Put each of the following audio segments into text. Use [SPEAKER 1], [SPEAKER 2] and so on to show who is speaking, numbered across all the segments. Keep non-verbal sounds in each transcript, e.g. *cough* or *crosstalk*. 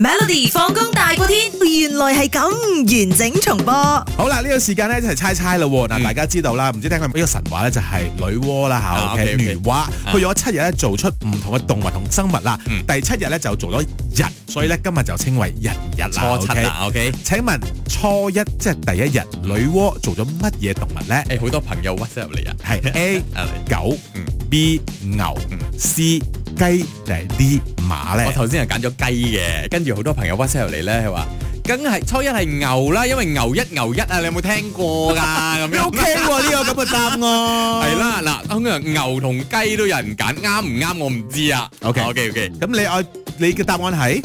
[SPEAKER 1] Melody 放工大過天，原來係咁完整重播。
[SPEAKER 2] 好啦，呢、個時間咧就係猜猜啦喎。嗱、
[SPEAKER 3] 嗯
[SPEAKER 2] 大家知道啦，唔知聽過哎呢個神話咧就係女媧啦嚇
[SPEAKER 3] 啊
[SPEAKER 2] OK，
[SPEAKER 3] OK，OK
[SPEAKER 2] 女媧去咗七日咧做出唔同嘅動物同生物啦。
[SPEAKER 3] 嗯
[SPEAKER 2] 第七日咧就做咗人，所以咧今日就稱為人日啦。
[SPEAKER 3] 初七
[SPEAKER 2] OK
[SPEAKER 3] 啊，OK。
[SPEAKER 2] 請問初一即係第一日，女媧做咗乜嘢動物咧？
[SPEAKER 3] 誒，好多朋友 WhatsApp 入嚟啊， *laughs*
[SPEAKER 2] 係 A
[SPEAKER 3] 啊嚟
[SPEAKER 2] 狗
[SPEAKER 3] 嗯
[SPEAKER 2] ，B 牛
[SPEAKER 3] 嗯
[SPEAKER 2] ，C 雞定係 D 馬
[SPEAKER 3] 我
[SPEAKER 2] 咧？
[SPEAKER 3] 頭先係揀咗雞嘅，跟住好多朋友 WhatsApp 入嚟咧，係話，梗係初一係牛啦，因為牛一牛一啊，你有冇聽過㗎？咁樣
[SPEAKER 2] OK 喎，呢個咁嘅答案
[SPEAKER 3] *laughs* 係。啦，嗱，通常牛同雞都有人揀，啱唔啱我唔知啊。
[SPEAKER 2] OK
[SPEAKER 3] OK OK，
[SPEAKER 2] 咁你愛你嘅答案係？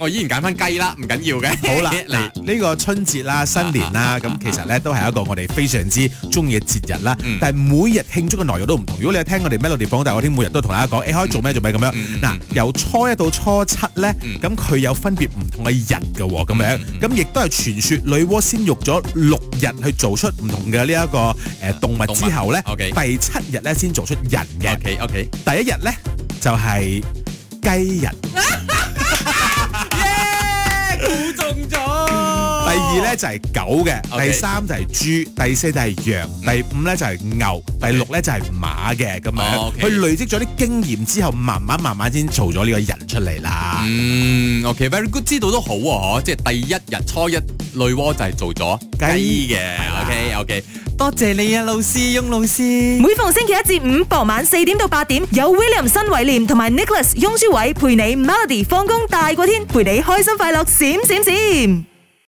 [SPEAKER 3] 我依然揀翻雞啦，唔緊要嘅。 *laughs*
[SPEAKER 2] 好啦，
[SPEAKER 3] 嗱，
[SPEAKER 2] 嗱呢個春節
[SPEAKER 3] 啊
[SPEAKER 2] 啦、新年啦，咁其實咧都係一個我哋非常之中意嘅節日啦
[SPEAKER 3] 嗯。
[SPEAKER 2] 但係每日慶祝嘅內容都唔同。如果你有聽我哋 Melody 房，但係我哋每日都同大家講，誒可以做咩做咩咁樣
[SPEAKER 3] 嗯。
[SPEAKER 2] 嗱
[SPEAKER 3] 嗯，
[SPEAKER 2] 由初一到初七咧
[SPEAKER 3] 嗯，
[SPEAKER 2] 咁佢有分別唔同嘅日嘅喎，咁樣
[SPEAKER 3] 嗯嗯
[SPEAKER 2] 咁亦都係傳說女媧先育咗六日去做出唔同嘅呢一個誒動物
[SPEAKER 3] 動物
[SPEAKER 2] 之後咧，
[SPEAKER 3] 哦 OK
[SPEAKER 2] 第七日咧先做出人嘅。
[SPEAKER 3] OK OK，
[SPEAKER 2] 第一日咧就係雞日。
[SPEAKER 3] 估中咗。第
[SPEAKER 2] 第二
[SPEAKER 3] 二
[SPEAKER 2] 咧就係狗嘅，
[SPEAKER 3] 哦 OK 嗯
[SPEAKER 2] 第三就係豬，第四就係羊，第五咧就係牛，第六咧就係馬嘅咁
[SPEAKER 3] 哦
[SPEAKER 2] 樣。
[SPEAKER 3] ，OK
[SPEAKER 2] 佢累積咗啲經驗之後，慢慢慢慢先做咗呢個人出嚟啦。
[SPEAKER 3] 嗯，OK，very good，知道都好喎，嗬即係第一日初一女窩就係做咗
[SPEAKER 2] 雞
[SPEAKER 3] 雞嘅，OK，OK，多謝你啊，老師，翁老師。
[SPEAKER 1] 每逢星期一至五傍晚四點到八點，有 William 新偉廉同埋 Nicholas 雍舒偉陪你 Melody 放工大過天，陪你開心快樂閃閃閃。